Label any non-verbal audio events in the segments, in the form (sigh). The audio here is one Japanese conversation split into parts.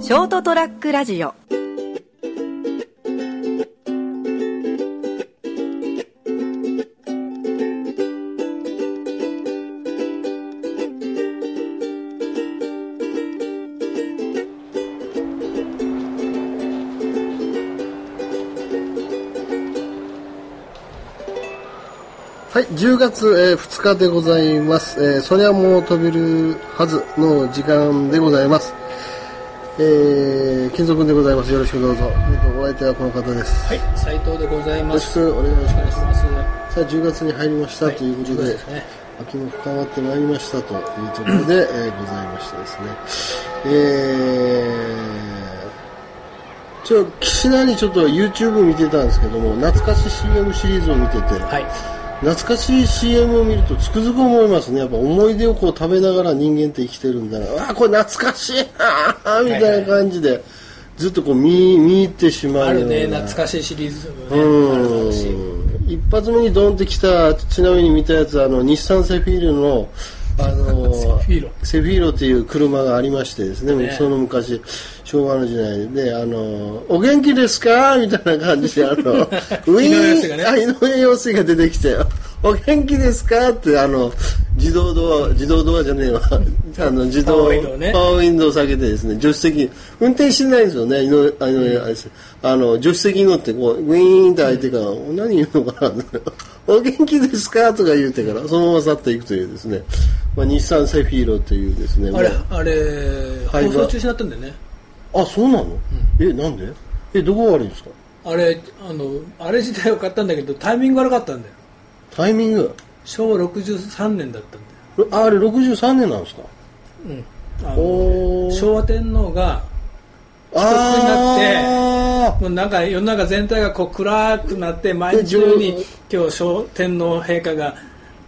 ショートトラックラジオはい、10月、えー2日でございます。えーそりゃもう飛べるはずの時間でございます。えー、金蔵君でございます。よろしくどうぞ。えーとお相手はこの方です。はい、斉藤でございよろましす。くお願いします。お願いします。さあ、10月に入りました、ということ10で月ですね秋も深まってまいりましたというところで、えーございましてですね。えー、ちょ、岸田にちょっと YouTube 見てたんですけども、懐かし CM シリーズを見てて、はい、懐かしい CM を見るとつくづく思いますねやっぱ思い出をこう食べながら人間って生きてるんだなわあこれ懐かしいなみたいな感じでずっとこう見見入ってしまあうるね、ような懐かしいシリーズもね、あるだろうしうん一発目にドンってきたちなみに見たやつあの日産セフィールのあの (laughs) セフィーロセフィーロという車がありましてですねねその昔昭和の時代であの「お元気ですか?」みたいな感じ (laughs) であのウィ井上陽水がねーンあ井上陽水が出てきて「お元気ですか?」ってあの自動ドア自動ドアじゃね (laughs) えわあの自動パワーウィンドウねパワーウィンドウを下げてですね助手席に運転してないんですよね井上あの、あれですあの助手席に乗ってこうウィーンって開いてから、何言うのかな (laughs) お元気ですかとか言うてからそのまま去っていくというですね、まあ、日産セフィーロというですねあれま、あれ、はい放送中止になったんだよね。ああそうなの、えなんでえどこが悪いんですかあれ、あの、あれ自体を買ったんだけど、タイミング悪かったんだよ。タイミング昭和63年だったんああれ63年なんですかだよ。うん。あおのー昭和天皇が、あもうなんか世の中全体がこう暗くなって、毎日のようにで、今日昭、天皇陛下が、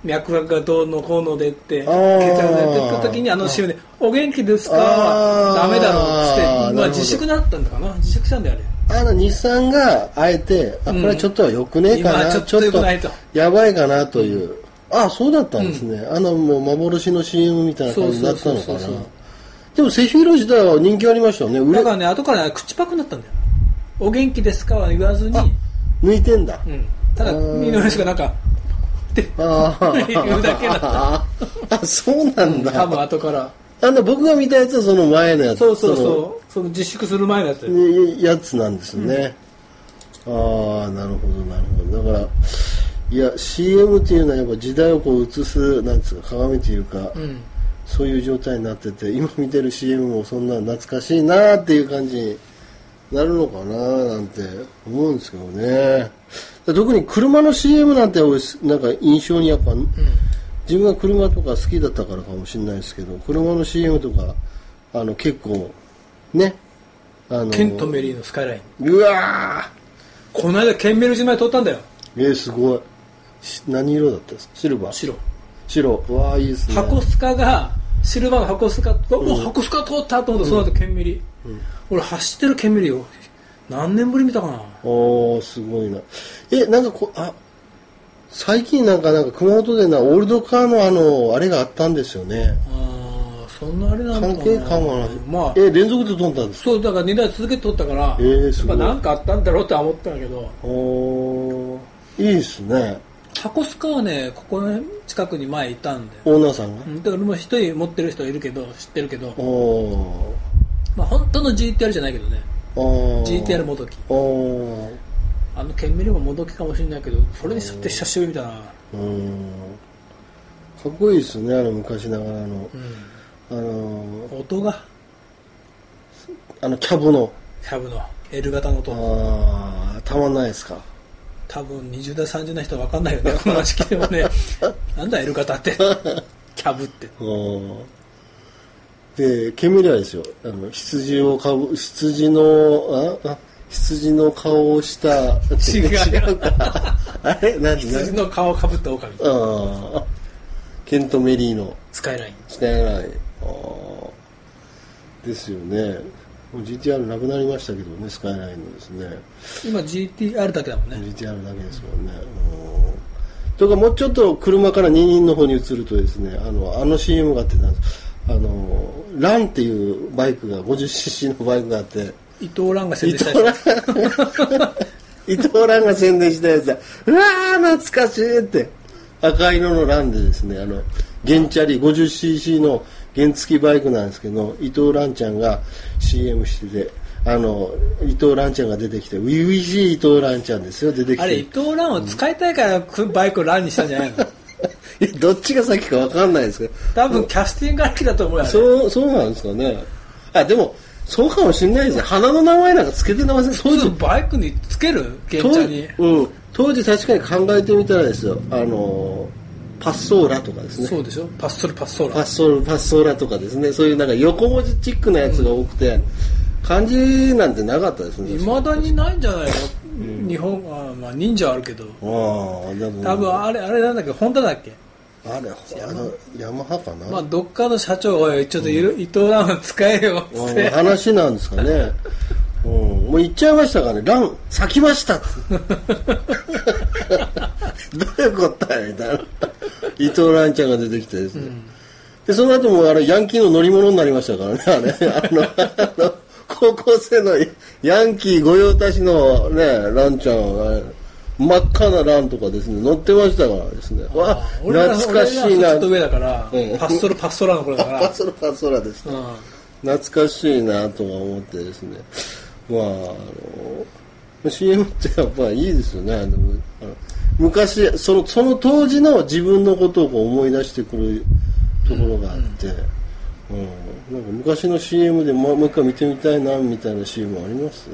脈拍がどうのこうのでって、あ血圧ーやっていくときに、あの CM で、お元気ですかあーダメだろうっつって、まなあるほど自粛だったんだかな、自粛したんだよ、あれ。あの日産があえて、あこれはちょっとはよくねえかうんな、今はちょっと良くないとやばいかなという、あそうだったんですね、あのもう幻の CM みたいな感じになったのかそうそうなそうそうでもセフィロ自体は人気ありましたよね売だれからね、後から口パクになったんだよ。お元気ですかは言わずに、抜いてんだ、うん、ただ、あー二の足がなんか、って、あー言うだけだった。あ (laughs) あそうなんだ、多分後から。あの僕が見たやつはその前のやつそうそうそう、その自粛する前のやつだよねやつなんですね、ああなるほどなるほどだからいや CM っていうのはやっぱ時代をこう映すなんですか鏡というか、うん。そういう状態になってて今見てる CM もそんな懐かしいなっていう感じになるのかななんて思うんですけどね特に車の CM なんて俺なんか印象にやっぱ、自分が車とか好きだったからかもしれないですけど車の CM とかあの結構ねあのケント・メリーのスカイライン。うわこの間、ケンメル島へ通ったんだよ。ーえーすごいし何色だったんですかシルバー白。白うわーいいですね箱スカが、シルバーの箱スカ、うわお箱スカ通ったと思ったその後、ケンメリ。俺、走ってるケンメリを、何年ぶり見たかな。おーすごいなえなんかこあ最近なんかなんか熊本でなオールドカーのあのあれがあったんですよねああ、そんなあれなのかな。関係かもな、まあ、え連続で飛んだんですかそう、だから2台続けて撮ったから、えーすやっごぱいなんかあったんだろうって思ったんだけど、おーいいですね箱スカはね、ここの近くに前いたんだよ。オーナーさんがう、んだからもう一人持ってる人いるけど、知ってるけど、おまあ本当の GTR じゃないけどね、ーお GTR もどき。おーあの、ケンメリももどきかもしれないけど、それにして久しぶりだな。うーんかっこいいですねあの昔ながらの、うあのん。音が、あのキャブのキャブの L 型の音。ああたまんないですか多分20代、30代の人は分かんないよね、この話聞いてもね。 (laughs) なんだ L 型って。 (laughs) キャブって。うんで、煙はですよ、あの羊をかぶ、羊の、ああ羊の顔をした、違うか。 (laughs) あれ何羊の顔をかぶった狼。何あーケント・メリーのスカイライン。スカイライン。あーですよね。もう GTR なくなりましたけどね、スカイラインのですね。今 GTR だけだもんね GTR だけですもんね。うんとかもうちょっと車から二輪の方に移るとですねあのあの CM があってたんですあのランっていうバイクが 50cc のバイクがあって伊藤蘭が宣伊伝し藤たや蘭伊藤蘭が宣伝したやつだうわー懐かしいって赤色のランでですねあの原チャリ 50cc の原付きバイクなんですけど伊藤蘭ちゃんが CM しててあの伊藤蘭ちゃんが出てきて初々しい伊藤蘭ちゃんですよ出てきつてあれ伊藤蘭を使いたいからくバイクを蘭にしたんじゃないのいやどっちが先か分かんないですけど多分キャスティングありきだと思うよあれそう、そうなんですかね。あ、でも、そうかもしれないですね。花の名前なんかつけてません。当普通時、バイクにつける原チ当ャリに時、うん。当時確かに考えてみたらですよ。あのー、パッソーラとかですね。そうでしょパッソルパッソーパッラソール、パッソーラとかですね。そういうなんか横文字チックなやつが多くて、漢字なんてなかったですね。いまだにないんじゃないの、日本あまあ忍者はあるけどああ、でも、多分ああれあれなんだっけホンダだっけれ、あの、ヤマハかな。まあどっかの社長がおいちょっといる伊藤蘭を使えよっつっうんて話なんですかね。うん、もう言っちゃいましたからね、ラン、咲きました (laughs) どういうことやみたいな。伊藤蘭ちゃんが出てきてですね。で、その後もあれ、ヤンキーの乗り物になりましたからね、あれ。あの、あの高校生のヤンキー御用達のね、ランちゃんは、真っ赤なランとかですね、乗ってましたからですね。わあ、俺ら懐かしい俺らちょなっ。と上だから、うんパッソルパッソラの頃だかパ (laughs) ら、ソラパソラですね。うん、懐かしいなとは思ってですねまああの CM ってやっぱいいですよねでもあの昔そのその当時の自分のことをこう思い出してくるところがあって、うんなんか昔の CM でもうもう一回見てみたいなみたいな CM あります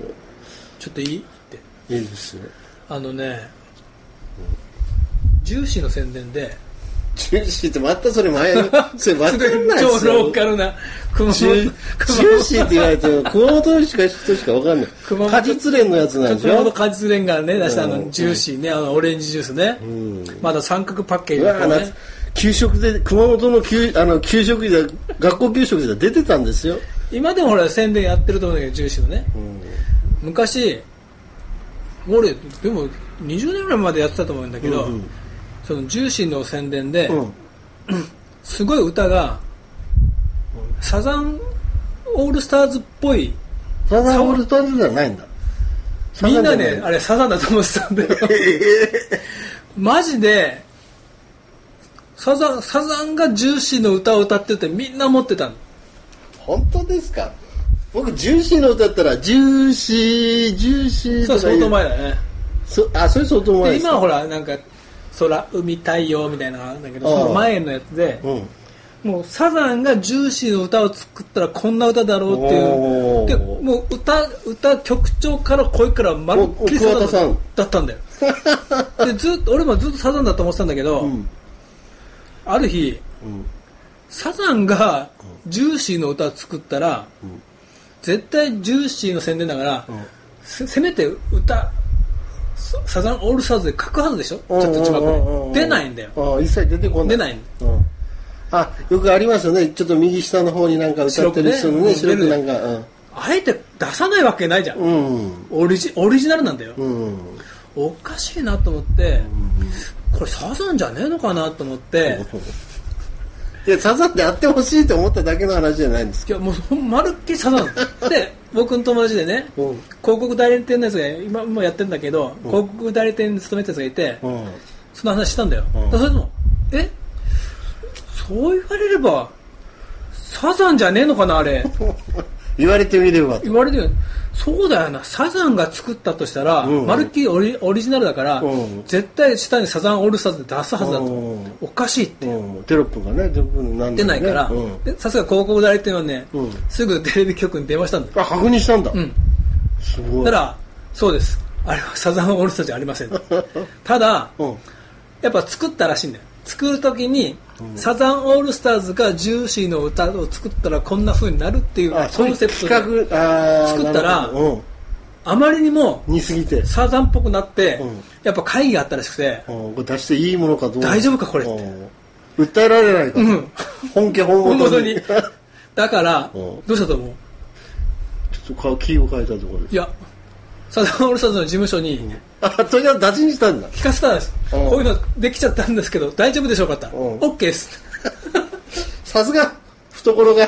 ちょっといいっていいですよあのね、ジューシーの宣伝で、ジューシーってまたそれ (laughs) 前のそれわかすごんないいで超すロよーカルな熊ジュ本ジューシーって言われても熊本しか人しかわかん熊ない本果実連のやつなんでし熊本ょ果実レンガね出したあうのんジューシーねあのオレンジジュースね、まだ三角パッケージうのわこう夏ね給食で熊本の給あの給食で学校給食で出てたんですよ、今でもほら宣伝やってると思うんだけどジューシーのね昔俺でも20年ぐらいまでやってたと思うんだけど、うんうんそのジューシーの宣伝で、うんすごい歌がサザンオールスターズっぽいサザンオールスターズではないんだみんなねね、あれサザンだと思ってたんだ (laughs) よ。マジで、サザン、サザンがジューシーの歌を歌っててみんな持ってたの。本当ですか僕ジューシーの歌だったらジューシージューシーそとう、か相言当前だね。そあそれ相当前で、です今はほら、なんか、空、海、太陽みたいなのがあるんだけど、ああその前のやつで、うん、もうサザンがジューシーの歌を作ったらこんな歌だろうっていう。おで、ーもう歌、歌、曲調から声からまるっきりおお桑田さんだったんだよ。で、ずっと、俺もずっとサザンだと思ってたんだけど、うんある日、うんサザンがジューシーの歌作ったら、ん絶対ジューシーの宣伝だから、うんせせめて歌ササザンオールスターズで書くはずでしょちょっと字幕うんうんうでん出ないんだよああ一切出てこない出ないのうんあよくありますよねちょっと右下の方になんか歌ってる人のね白白くねくなんかうんあえて出さないわけないじゃん、うんオリジオリジナルなんだよ、うんおかしいなと思って、これサザンじゃねえのかなと思って、いや、刺さってやってほしいと思っただけの話じゃないんですいやもうほんまるっきりサザン (laughs) で僕の友達でね、うん広告代理店のやつが今もうやってんだけど、広告代理店に勤めてたやつがいて、けど。うん。その話したんだよ、うんだからそれでもえそう言われればサザンじゃねえのかなあれ (laughs) 言われてみれば。言われてるそうだよなサザンが作ったとしたら、うんまるっきりオリオリジナルだから、うん絶対下にサザンオールスターズで出すはずだと、うんおかしいって、うん。テロップがね、テロップの何出ないからうん。でさすが広告代理店はね、うんすぐテレビ局に電話したんだよあ、確認したんだ。んすごい。ただそうですあれはサザンオールスターじゃありませんただうん。やっぱ作ったらしいんだよ作る時に、サザンオールスターズがジューシーの歌を作ったらこんな風になるっていうあ、コそういンうセプ企トで画、あー作ったらなるほどあまりにもうん。似すぎて。サザンっぽくなって、うんやっぱ会議があったらしくて、うん。これ出していいものかどう大丈夫かこれってうん訴えられないか。うん本家本本元物に。にち (laughs) ょっだから、うんどうしたと思うと顔、キーを変えたところでいやサザンオールスターズの事務所にあ、とりあえず出しにしたんだ。聞かせたんです、うんこういうのできちゃったんですけど大丈夫でしょうかって、ん OK ですさすが、懐 (laughs) が、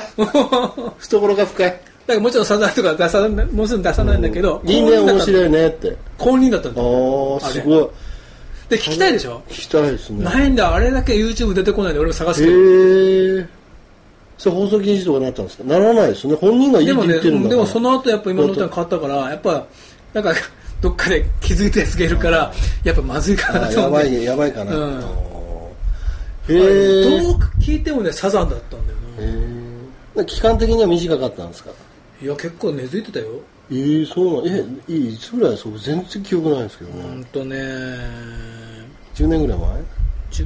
懐が深い。だからもちろんサザンとか出さなもうすぐ出さないんだけど、人間面白い。いねって。公認だったんだよ。ああ、すごい。で、聞きたいでしょ聞きたいですね。ないんだよ、あれだけ YouTube 出てこないんで俺も探すへけど。え。それ放送禁止とかになったんですかならないですね。本人がいいでっても言ね、ってるんだから。でもその後やっぱ今の歌が変わったから、やっぱ、なんか、どっかで気づいたやつがいるから、やっぱまずいかあなーとや思ばって。い、やばいかな。うんあーへどう聞いてもね、サザンだったんだよな。え。期間的には短かったんですかいや、結構根付いてたよ。えー、そうなんえ、いいいつぐらいですか僕全然記憶ないですけどね。ほんとね、 10年ぐらい前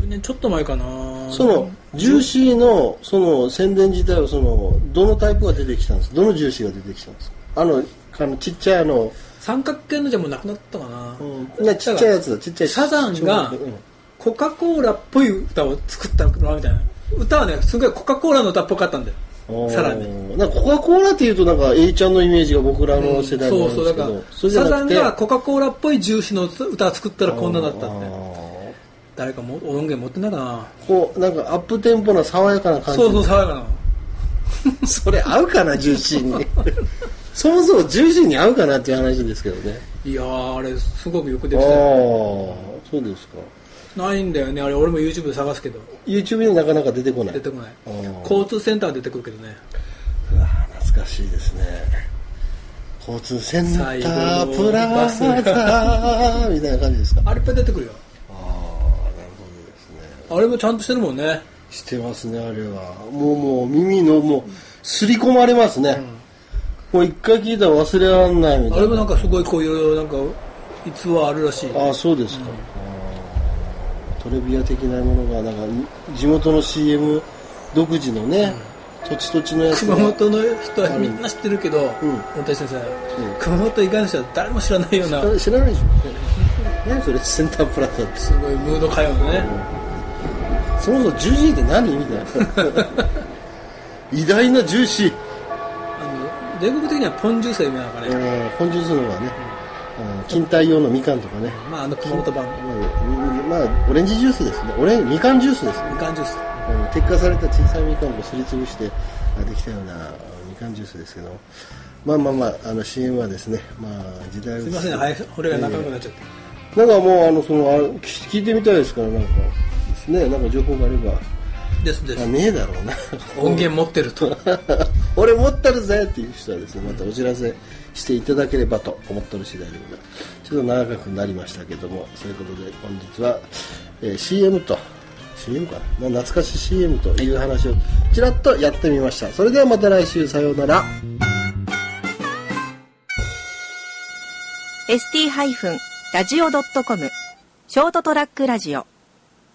10年ちょっと前かな。その、ジューシーの、その、宣伝自体は、その、どのタイプが出てきたんですどのジューシーが出てきたんですかあの、あのちっちゃいあの、三角形のじゃもうなくなったかな。うんねちっちゃいやつだ、ちっちゃい。サザンがうんコカ・コーラっぽい歌を作ったなみたいな歌はねすごいコカ・コーラの歌っぽかったんだよさらになんかコカ・コーラっていうとなんか A ちゃんのイメージが僕らの世代にあそうるんそですうだけかどらサザンがココカ・コーラっぽい重視の歌を作ったらこんなだったんでで誰かも音源持ってないかなこうなんかアップテンポな爽やかな感じそうそう爽やかな (laughs) それ合うかな重心に (laughs) そもそも重心に合うかなっていう話ですけどねいやーあれすごくよくあであきてたそうですかないんだよねあれ俺も YouTube で探すけど YouTube にはなかなか出てこない出てこないあー交通センター出てくるけどねうわ懐かしいですね交通センタ最後ーのプラバスザーみたいな感じですかああれいっぱい出てくるよあなるほどですねあれもちゃんとしてるもんねしてますねあれはもうもう耳のもうすり込まれますね、もう一回聞いたら忘れられないみたいなあれもなんかすごいこういろいろなんか逸話あるらしいああそうですか、あートレビア的なものがなんか地元の CM 独自のね、土地土地のやつ熊が本の人はみんな知ってるけど、ん大谷先生、熊本以外の人は誰も知らないようなあ知らないでしょ何それセンタープラザってすごいムード歌謡のね、そもそもジューシーって何みたいな (laughs) 偉大なジューシーあの全国的にはポンジュースが有名だからね、うん本日のはね、うん、近代用のみかんとかね、まああの熊本版うんまあ、オレンジジュースですね。オレンみかんジュースですね。みかんジュースうん撤下された小さいみかんをすりつぶしてあできたようなみかんジュースですけど、まあまあまあ、あの CM はですね、まあ時代をすいませんはい俺が仲良くなっちゃって、なんかもう、あの、その、あ聞聞いてみたいですから、なんか、ね、なんか情報があれば、ですですまあ、ねえだろうな。音源持ってると (laughs) 俺持ってるぜっていう人はですねまたお知らせしていただければと思ってる次第でございますちょっと長くなりましたけどもそういうことで本日は、えー CM と CM かなまあ懐かしい CM という話をちらっとやってみましたそれではまた来週さようなら ST-radio.com ショートトラックラジオ